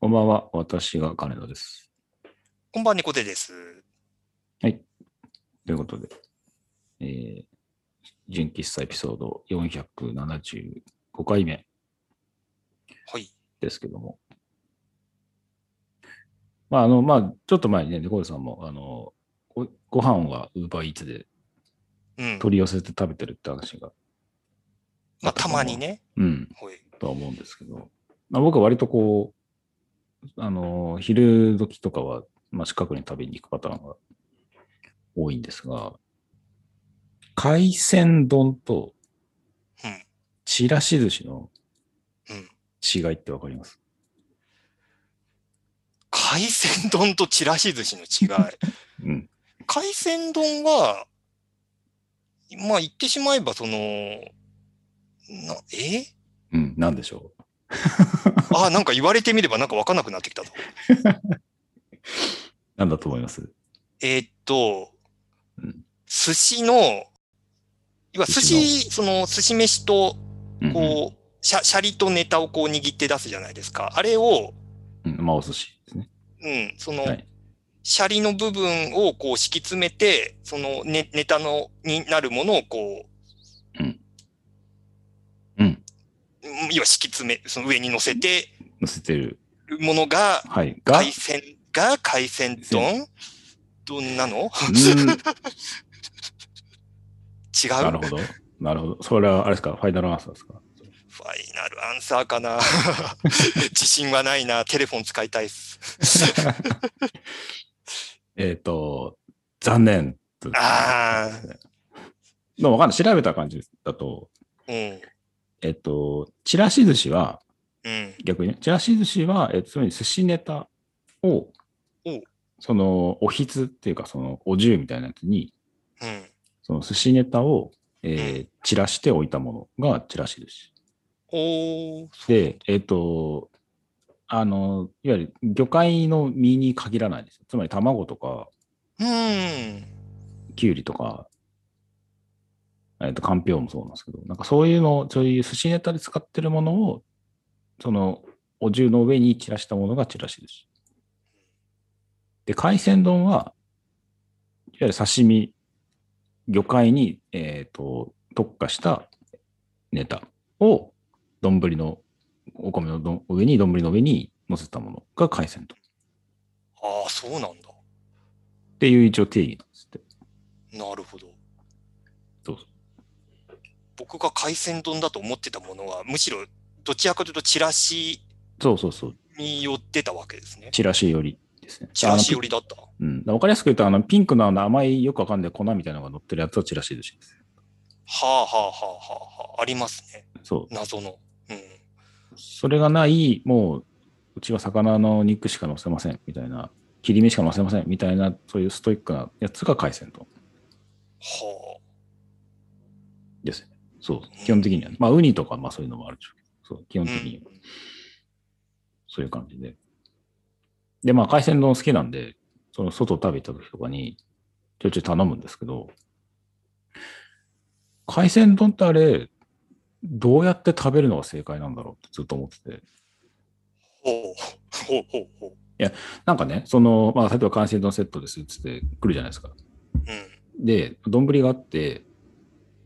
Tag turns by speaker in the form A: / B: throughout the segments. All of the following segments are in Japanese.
A: こんばんは、私が金田です。
B: こんばんは、ニコテです。
A: ということで、えー、純喫茶エピソード475回目
B: はい。
A: ですけども。まあ、あの、まあ、ちょっと前にね、猫背さんも、あの、ごご飯はウーバーイーツで
B: うん。
A: 取り寄せて食べてるって話が、
B: まあ、たまにね。
A: うん、
B: はい。
A: とは思うんですけど、まあ、僕は割とこう、あの、昼時とかは、まあ、近くに食べに行くパターンが多いんですが、海鮮丼と
B: うん。
A: ちらし寿司の
B: うん。
A: 違いってわかります
B: 海鮮丼とちらし寿司の違 い。
A: うん。
B: 海鮮丼は、まあ、言ってしまえば、その、な、え
A: うん、なんでしょ
B: あ、なんか言われてみればなんかわかんなくなってきたぞ。
A: うなんだと思います
B: えーっと
A: うん、
B: 寿司の、要は寿司、その寿司飯と、
A: うん
B: こう、シャシャリとネタをこう握って出すじゃないですか。あれを、
A: うん、うんまあ、お寿司ですね。
B: うん、その、
A: はい。
B: シャリの部分をこう敷き詰めて、そのネネタのになるものをこ
A: うん、
B: う、うん要は敷き詰め、その上に乗せて
A: 乗せてる。
B: るものが、
A: はい。が、う
B: 海鮮が海鮮丼どんなの
A: ーん、
B: 違
A: な
B: う
A: るほど。なるほど。それは、あれですか、ファイナルアンサーですか
B: ファイナルアンサーかな 自信はないな。テレフォン使いたいっす。
A: えっと、残念。
B: あ
A: でもわかんない。調べた感じだと、
B: うん。
A: えっと、ちらし寿司は、
B: うん。
A: 逆にね、ちらし寿司は、えっと、つまり寿司ネタを
B: お、
A: その、おひつっていうか、その、お重みたいなやつに、
B: うん。
A: その寿司ネタを、えー散らしておいたものがちらし寿司。
B: おー。
A: で、えっ、と、あの、いわゆる魚介の身に限らないです。つまり卵とか、
B: うん。
A: きゅうりとか、えっ、と、かんぴょうもそうなんですけど、なんかそういうの、そういう寿司ネタで使ってるものを、その、お重の上に散らしたものがちらし寿司。で、海鮮丼は、いわゆる刺身、魚介に、えっ、と、特化したネタを、丼の、お米のどん上に、丼の上に乗せたものが海鮮丼。
B: ああ、そうなんだ。
A: っていう一応定義なんですって。
B: なるほど。
A: そうそう
B: 僕が海鮮丼だと思ってたものは、むしろどちらかというとチラシ
A: そうそうそう。
B: に寄ってたわけですね。
A: チラシ寄りですね。
B: チラシ寄りだった。
A: うん、だからわかりやすく言うと、あの、ピンクのあの甘いよくわかんない粉みたいなのが乗ってるやつはチラシ寿司です。
B: はあはあはあはあはあ。ありますね。
A: そ
B: 謎の。うん。
A: う。それがない、もう、うちは魚の肉しか乗せません、みたいな、切り身しか乗せません、みたいな、そういうストイックなやつが海鮮丼
B: は
A: ですよね。そう、基本的には、ね。まあ、ウニとか、まあそういうのもあるでしょうけど、そう、基
B: あ。う
A: 本的には
B: ん。
A: そういう感じで。で、まあ、海鮮丼好きなんで、その外食べた時とかに、ちょいちょい頼むんですけど、海鮮丼ってあれ、どうやって食べるのが正解なんだろうってずっと思ってて。
B: ほう。ほうほうほう。
A: なんかね、その、まあ、例えば海鮮丼セットですっつって来るじゃないですか。
B: うん。
A: で、丼があって、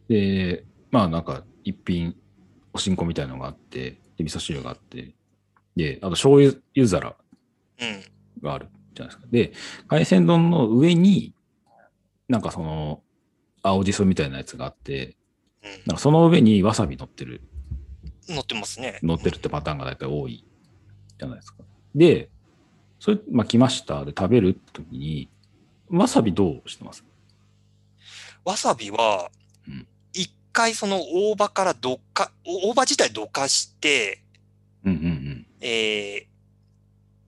A: で、まあなんか一品、おしんこみたいのがあって、で、味噌汁があって、で、あと醤油湯皿
B: うん。
A: があるじゃないですか。で、海鮮丼の上に、なんかその、青じそみたいなやつがあって、
B: う
A: なんかその上にわさび乗ってる、
B: ん。乗ってますね。
A: 乗ってるってパターンが大体多いじゃないですか。で、それ、まあ来ました。で、食べるって時に、わさびどうしてます
B: わさびは
A: うん、
B: 一回その大葉からどか、大葉自体どかして、
A: うんうんうん。
B: えー、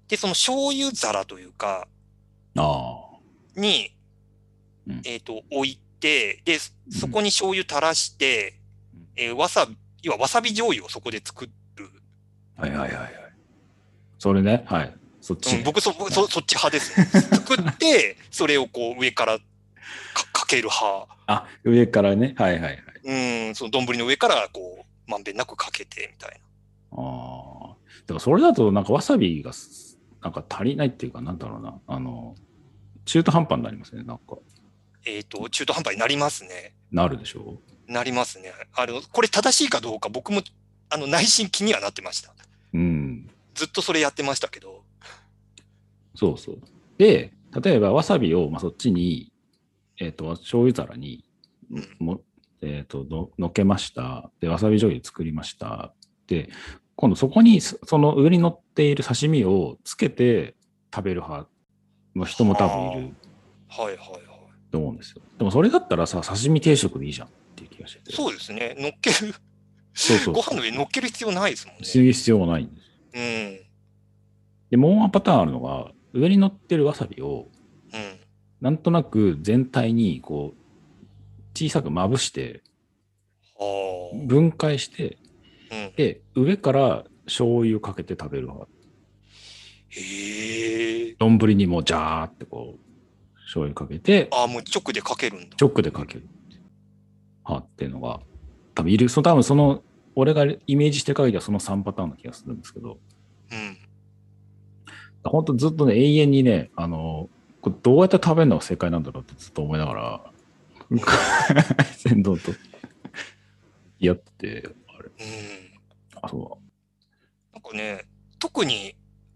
B: で、その醤油皿というか、
A: ああ。
B: に
A: うん、
B: えっ、と、置いって、で、そこに醤油垂らして、えーわさび、要はわさび醤油をそこで作る。
A: はいはいはいはい。それね、はい。そっち
B: うん、。僕そ、僕そ、そっち 派です。作って、それをこう上からかかける派。
A: あ、上からね。はいはいはい。
B: うん、その丼の上からこう、まんべんなくかけてみたいな。
A: ああ。でもそれだと、なんかわさびがす、なんか足りないっていうか、なんだろうな。あの、中途半端になりますね。なんか、
B: えっ、と、中途半端になりますね。
A: なるでしょ
B: なりますね。あの、これ正しいかどうか僕も、あの、内心気にはなってました。
A: う。うん。
B: ずっとそれやってましたけど。
A: そうそう。で、例えばわさびを、まあ、そっちに、えっ、と、醤油皿に、
B: うん
A: もえっ、との、のっけました。で、わさび醤油作りました。で、今度そこに、そその上に乗っている刺身をつけて食べる派の人も多分いる
B: はいはいはい。
A: と思うんですよ。でもそれだったらさ、刺身定食でいいじゃんっていう気がしてて。
B: そうですね。乗っける、
A: そうそう
B: ご飯の上に乗っける必要ないですもん
A: 必要必要はないんです。
B: ね。
A: で、もうパターンあるのが、上に乗ってるわさびを、
B: うん。うん。
A: なんとなく全体にこう、小さくまぶして、
B: はあ。うん。
A: 分解して、で、上から醤油かけて食べる派。
B: へえ。
A: 丼にもうジャーってこう、醤油かけて、
B: ああ、もう直でかけるんだ。
A: チョックでかける派っていうのが、多分いる。その多分その、俺がイメージしてる限りはその3パターンな気がするんですけど、
B: うん。
A: 本当ずっとね、永遠にね、あの、これどうやって食べるのが正解なんだろうってずっと思いながら、先導とやってて、あれ、
B: うん。
A: あ、そ
B: なんかね、特に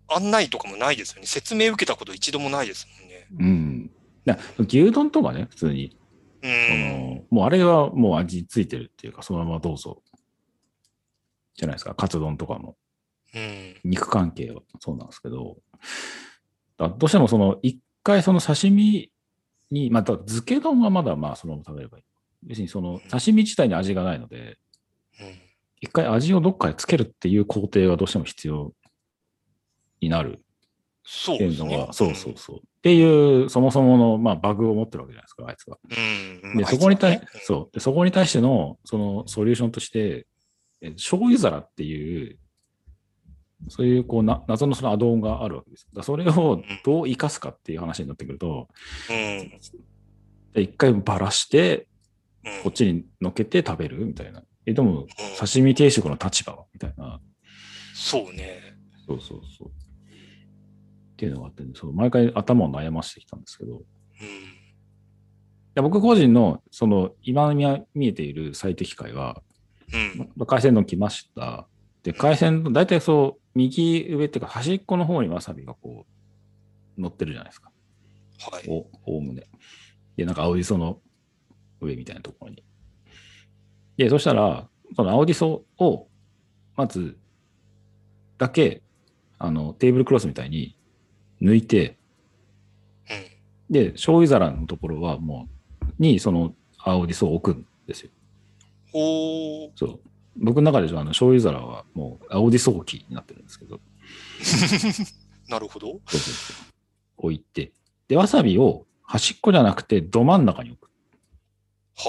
B: 案内とかもないですよね。説明受けたこと一度もないですもんね。
A: う。うん。な牛丼とかね、普通に、
B: う
A: そ
B: ん。
A: のもうあれはもう味ついてるっていうか、そのままどうぞ。じゃないですか、カツ丼とかも。
B: うん。
A: 肉関係はそうなんですけど、だどうしてもその、一回その刺身に、また漬け丼はまだまあそのまま食べればいい。別にその刺身自体に味がないので、
B: うん。
A: 一回味をどっかでつけるっていう工程がどうしても必要になる
B: そ
A: っ
B: う
A: て
B: で
A: いう
B: す
A: の
B: ね
A: は、。そうそうそう。っていう、そもそもの、まあ、バグを持ってるわけじゃないですか、あいつが。
B: うん。うん。
A: で、
B: まあ
A: そこに対、
B: あいつはね
A: そう。で、そこに対しての、その、ソリューションとして、え醤油皿っていう、そういう、こうな、謎のそのアドオンがあるわけです。だからそれをどう生かすかっていう話になってくると、
B: うん。
A: で一回ばらして、
B: うん
A: こっちに乗っけて食べるみたいな。え、でも、
B: うん
A: 刺身定食の立場はみたいな。
B: そうね。
A: そうそうそう。っていうのがあってね、そう毎回頭を悩ましてきたんですけど、い
B: うん。
A: や僕個人の、その、今見えている最適解は、
B: うん。
A: ま海鮮丼来ました。で、海鮮丼、大体そう、右上っていうか、端っこの方にわさびがこう、乗ってるじゃないですか。
B: はい。
A: お、おおむね。で、なんか青じその上みたいなところに。で、そしたら、その青じそを、まず、だけ、あの、テーブルクロスみたいに抜いて、
B: うん。
A: で、醤油皿のところはもう、に、その青じそを置くんですよ。
B: ほー。
A: そう。僕の中ではあの醤油皿はもう青じそ置きになってるんですけど、
B: なるほど。
A: そうそうそう置いて。で、わさびを端っこじゃなくてど真ん中に置く。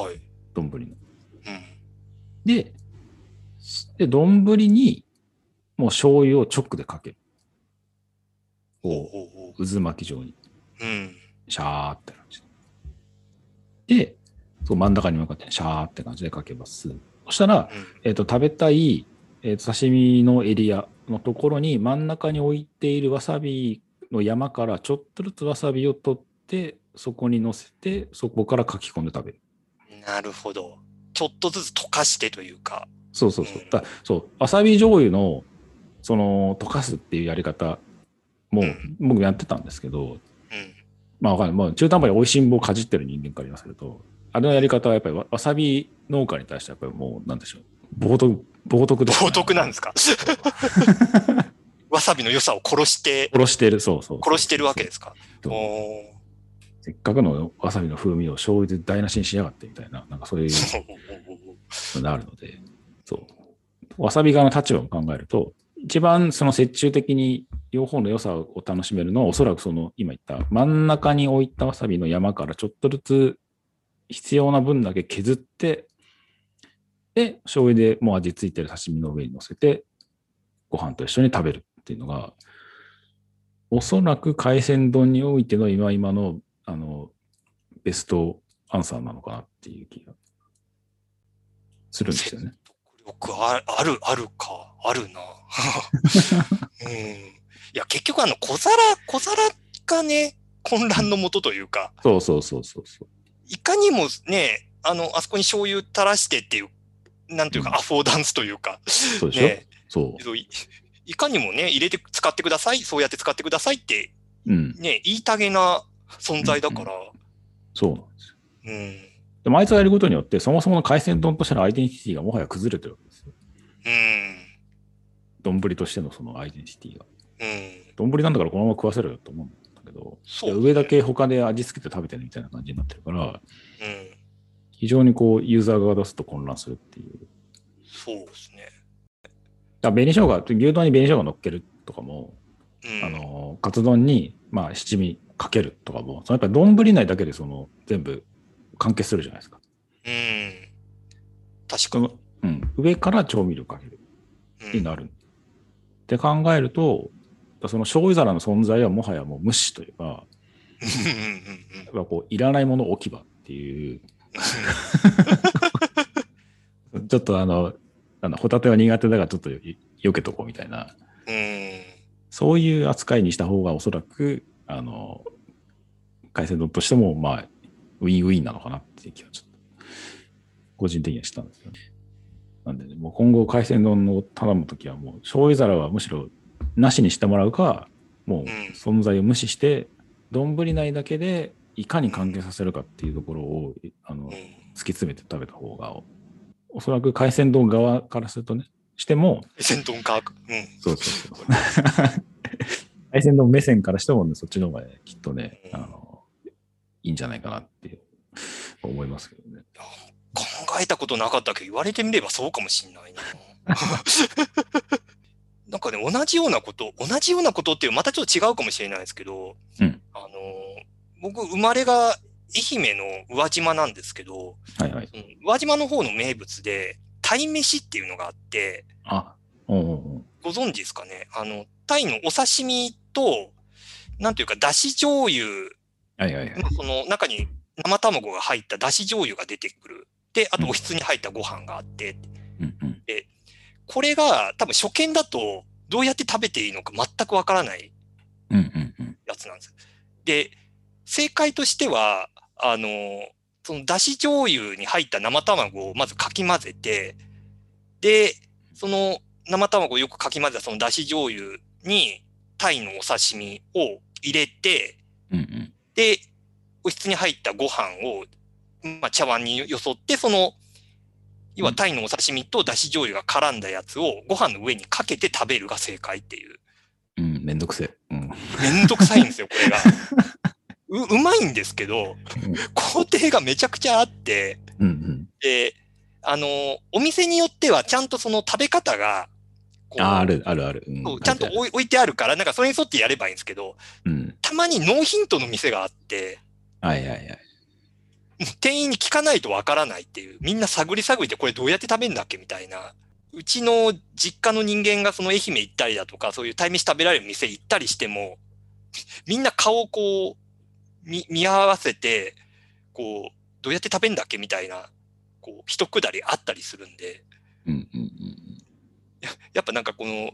B: はい。
A: 丼の。
B: うん。
A: で、しで、丼にもう醤油を直でかける。
B: ほう
A: こ
B: ほうほ
A: う、渦巻き状に、
B: う。うん。
A: シャーって感じで。で、そう真ん中に向かってシャーって感じでかけます。そしたら、えっと食べたい、えっと刺身のエリアのところに真ん中に置いているわさびの山からちょっとずつわさびを取ってそこに乗せてそこからかき込んで食べる
B: うん。なるほど。ちょっとずつ溶かしてというか。
A: そうそうそう
B: うん
A: だそうわさび醤油のその溶かすっていうやり方も
B: うん
A: 僕やってたんですけど、
B: うん。
A: まあわかんない、まあ、中途半端に美味しんぼをかじってる人間から言わせるとあれのやり方はやっぱりわわさび農家に対してはやっぱりもうなんでしょう冒涜冒涜ですね
B: 冒涜なんですか わさびの良さを殺して、
A: 殺してるそうそう
B: 殺してるわけですか
A: そう
B: おー
A: せっかくのわさびの風味を醤油で台無しにしやがってみたいな、なんかそういうのがあるので、そう。わさび側の立場を考えると、一番その折衷的に両方の良さを楽しめるのは、おそらくその今言った真ん中に置いたわさびの山からちょっとずつ必要な分だけ削って、で、醤油でもう味付いてる刺身の上に乗せて、ご飯と一緒に食べるっていうのが、おそらく海鮮丼においての今今の、あの、ベストアンサーなのかなっていう気がするんですよね。
B: 力あある、あるか、あ るな。うん。いや、結局あの、小皿、小皿がね、混乱のもとというか、
A: そうそうそうそうそう。
B: いかにもね、あの、あそこに醤油垂らしてっていう、なんという
A: うん
B: か、アフォーダンスというか、
A: そうでしょ、
B: ね、
A: そ
B: いいかにもね、入れて使ってください、そうやって使ってくださいって、
A: う。うん。
B: ね、言いたげな存在だから、
A: そうなんですよ。
B: うん。
A: でもあいつがやることによって、そもそもの海鮮丼としてのアイデンティティがもはや崩れてるわけですよ。
B: うん。
A: 丼としてのそのアイデンティティが。
B: うん。
A: 丼なんだからこのまま食わせろよと思うんだけど、
B: そう、
A: 上だ。け他で味付けて食べてるみたいな感じになってるから、
B: うん。
A: 非常にこう、ユーザー側出すと混乱するっていう。
B: そうですね。
A: だから紅生姜、牛丼に紅生姜乗っけるとかも、
B: うん。
A: あの、カツ丼に、まあ、七味かけるとかも、そのやっぱり丼内だけでその、全部完結するじゃないですか。
B: うん。確か
A: そ
B: に。
A: の、うん、上から調味料かける
B: うん
A: になる。って考えると、その醤油皿の存在はもはやもう無視というか、
B: うんうんうん
A: やっぱこういらないもの置き場っていう、ちょっとあの、なんだホタテは苦手だからちょっとよ避けとこうみたいな、
B: うん
A: そういう扱いにした方がおそらく、あの、海鮮丼としても、まあ、ウィンウィンなのかなっていう気はちょっと、個人的にはしたんですよね。なんでね、もう今後海鮮丼を頼むときは、もう醤油皿はむしろなしにしてもらうか、もう存在を無視して、丼内だけでいかに関係させるかっていうところを、あの
B: うん、
A: 突き詰めて食べた方が、おそらく海鮮丼側からするとね、しても、
B: 戦闘科学。うん。
A: そうそう そう。海鮮丼目線からしてもね、そっちの方がね、きっとね、
B: う
A: あ
B: ん
A: の、いいんじゃないかなって思いますけどね。
B: 考えたことなかったけど、言われてみればそうかもし んないな。なんかね、同じようなこと、同じようなことっていう、またちょっと違うかもしれないですけど、
A: うん
B: あの、僕、生まれが愛媛の宇和島なんですけど、
A: はいはい。
B: その宇和島の方の名物で、鯛飯っていうのがあって、
A: あ、うんうんうん。
B: ご存知ですかねあの、鯛のお刺身と、なんというか、だし醤油
A: はいはいはい
B: まあ。その中に生卵が入っただし醤油が出てくる。で、あとおひつに入ったご飯があって、
A: うんうん。
B: これが多分初見だとどうやって食べていいのか全くわからない
A: うんうんうん。
B: やつなんです。で、正解としては、あの、そのだし醤油に入った生卵をまずかき混ぜて、で、その生卵をよくかき混ぜたそのだし醤油に鯛のお刺身を入れて、
A: うんうん。
B: で、お室に入ったご飯を、まあ、茶碗によそって、その、要はタイのお刺身とだし醤油が絡んだやつをご飯の上にかけて食べるが正解っていう。
A: うん、めんどくせえ。うん。
B: めんどくさいんですよ、これが。う、うまいんですけど、工程がめちゃくちゃあって、
A: うんうん。
B: で、あの、お店によってはちゃんとその食べ方が、こう
A: あ、あるあるある。うん
B: そうちゃんと
A: 書いてある
B: 置い置いてあるから、なんかそれに沿ってやればいいんですけど、
A: うん。
B: たまにノーヒントの店があって、
A: はいはいはい。
B: もう店員に聞かないとわからないっていう、みんな探り探りでこれどうやって食べるんだっけみたいな。うちの実家の人間がその愛媛行ったりだとか、そういう鯛めし食べられる店行ったりしても、みんな顔をこう、見、見合わせて、こう、どうやって食べるんだっけみたいな、こう、一くだりあったりするんで、
A: うんうんうん
B: やっぱなんかこの、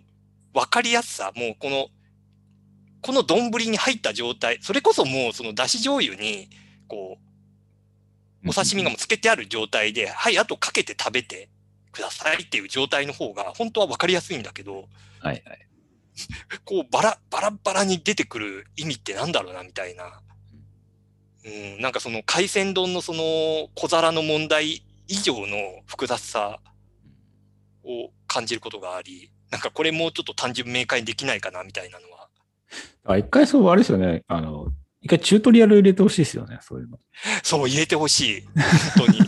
B: わかりやすさ、もうこの、この丼に入った状態、それこそもうそのだし醤油に、こう、
A: うん。
B: お刺身がもうつけてある状態で、はい、あとかけて食べてくださいっていう状態の方が、本当は分かりやすいんだけど、
A: はいはい。
B: こう、バラ、バラバラに出てくる意味ってなんだろうな、みたいな。うん、なんかその海鮮丼のその小皿の問題以上の複雑さを感じることがあり、なんかこれもうちょっと単純明快にできないかな、みたいなのは。
A: あ、一回そう、あれですよね。あの、一回チュートリアル入れてほしいですよね、そういうの。
B: そう、入れてほしい。本当に。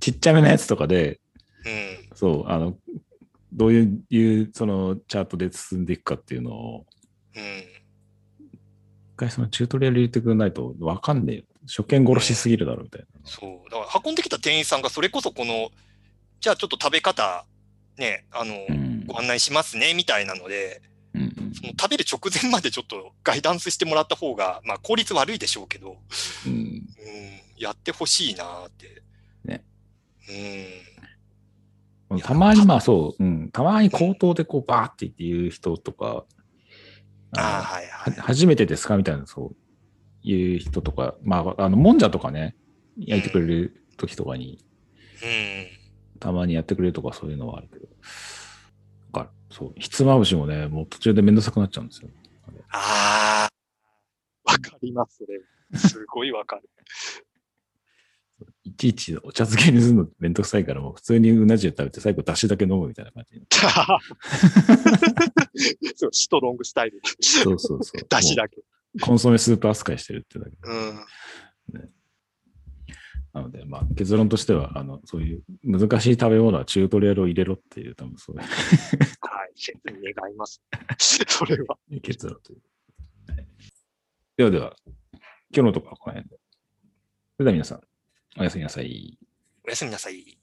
A: ちっちゃめなやつとかで、
B: うん。
A: そう、あの、どういう、いうそのチャートで進んでいくかっていうのを、
B: うん。
A: 一回そのチュートリアル入れてくれないとわかんねえよ。初見殺しすぎるだろみたいな。
B: そう。だから運んできた店員さんがそれこそこの、じゃあちょっと食べ方、ね、あの、
A: うん
B: ご案内しますね、みたいなので、
A: うんうん
B: その食べる直前までちょっとガイダンスしてもらった方が、まあ効率悪いでしょうけど、
A: うん
B: うん、やってほしいなーって。
A: ね。
B: うん。
A: うんたまにまあそう、うん、たまに口頭でこうバーって言う人とか、
B: ああ、
A: あ
B: はいは。
A: はい初めてですかみたいなそういう人とか、まあ、あの、もんじゃとかね、焼いてくれる時とかに、
B: う
A: たまにやってくれるとかそういうのはあるけど、なんかそう、ひつまぶしもね、もう途中でめんどくさくなっちゃうんですよ。
B: ん。ああ、わかります、それ。すごいわ かる。
A: いちいちお茶漬けにするのめんどくさいから、もう普通にうな重食べて最後出汁だけ飲むみたいな感じ。
B: そう、シトロングスタイル。
A: そうそうそう。
B: 出汁
A: も
B: だけ。
A: うコンソメスープ扱いしてるってだけ。
B: うん。
A: なので、まあ、結論としては、あの、そういう難しい食べ物はチュートリアルを入れろっていう、多分そう
B: はい、 切に願います。それは。
A: いう結論という。はいではでは、今日のところはこの辺で。それでは皆さん、おやすみなさい。
B: おやすみなさい。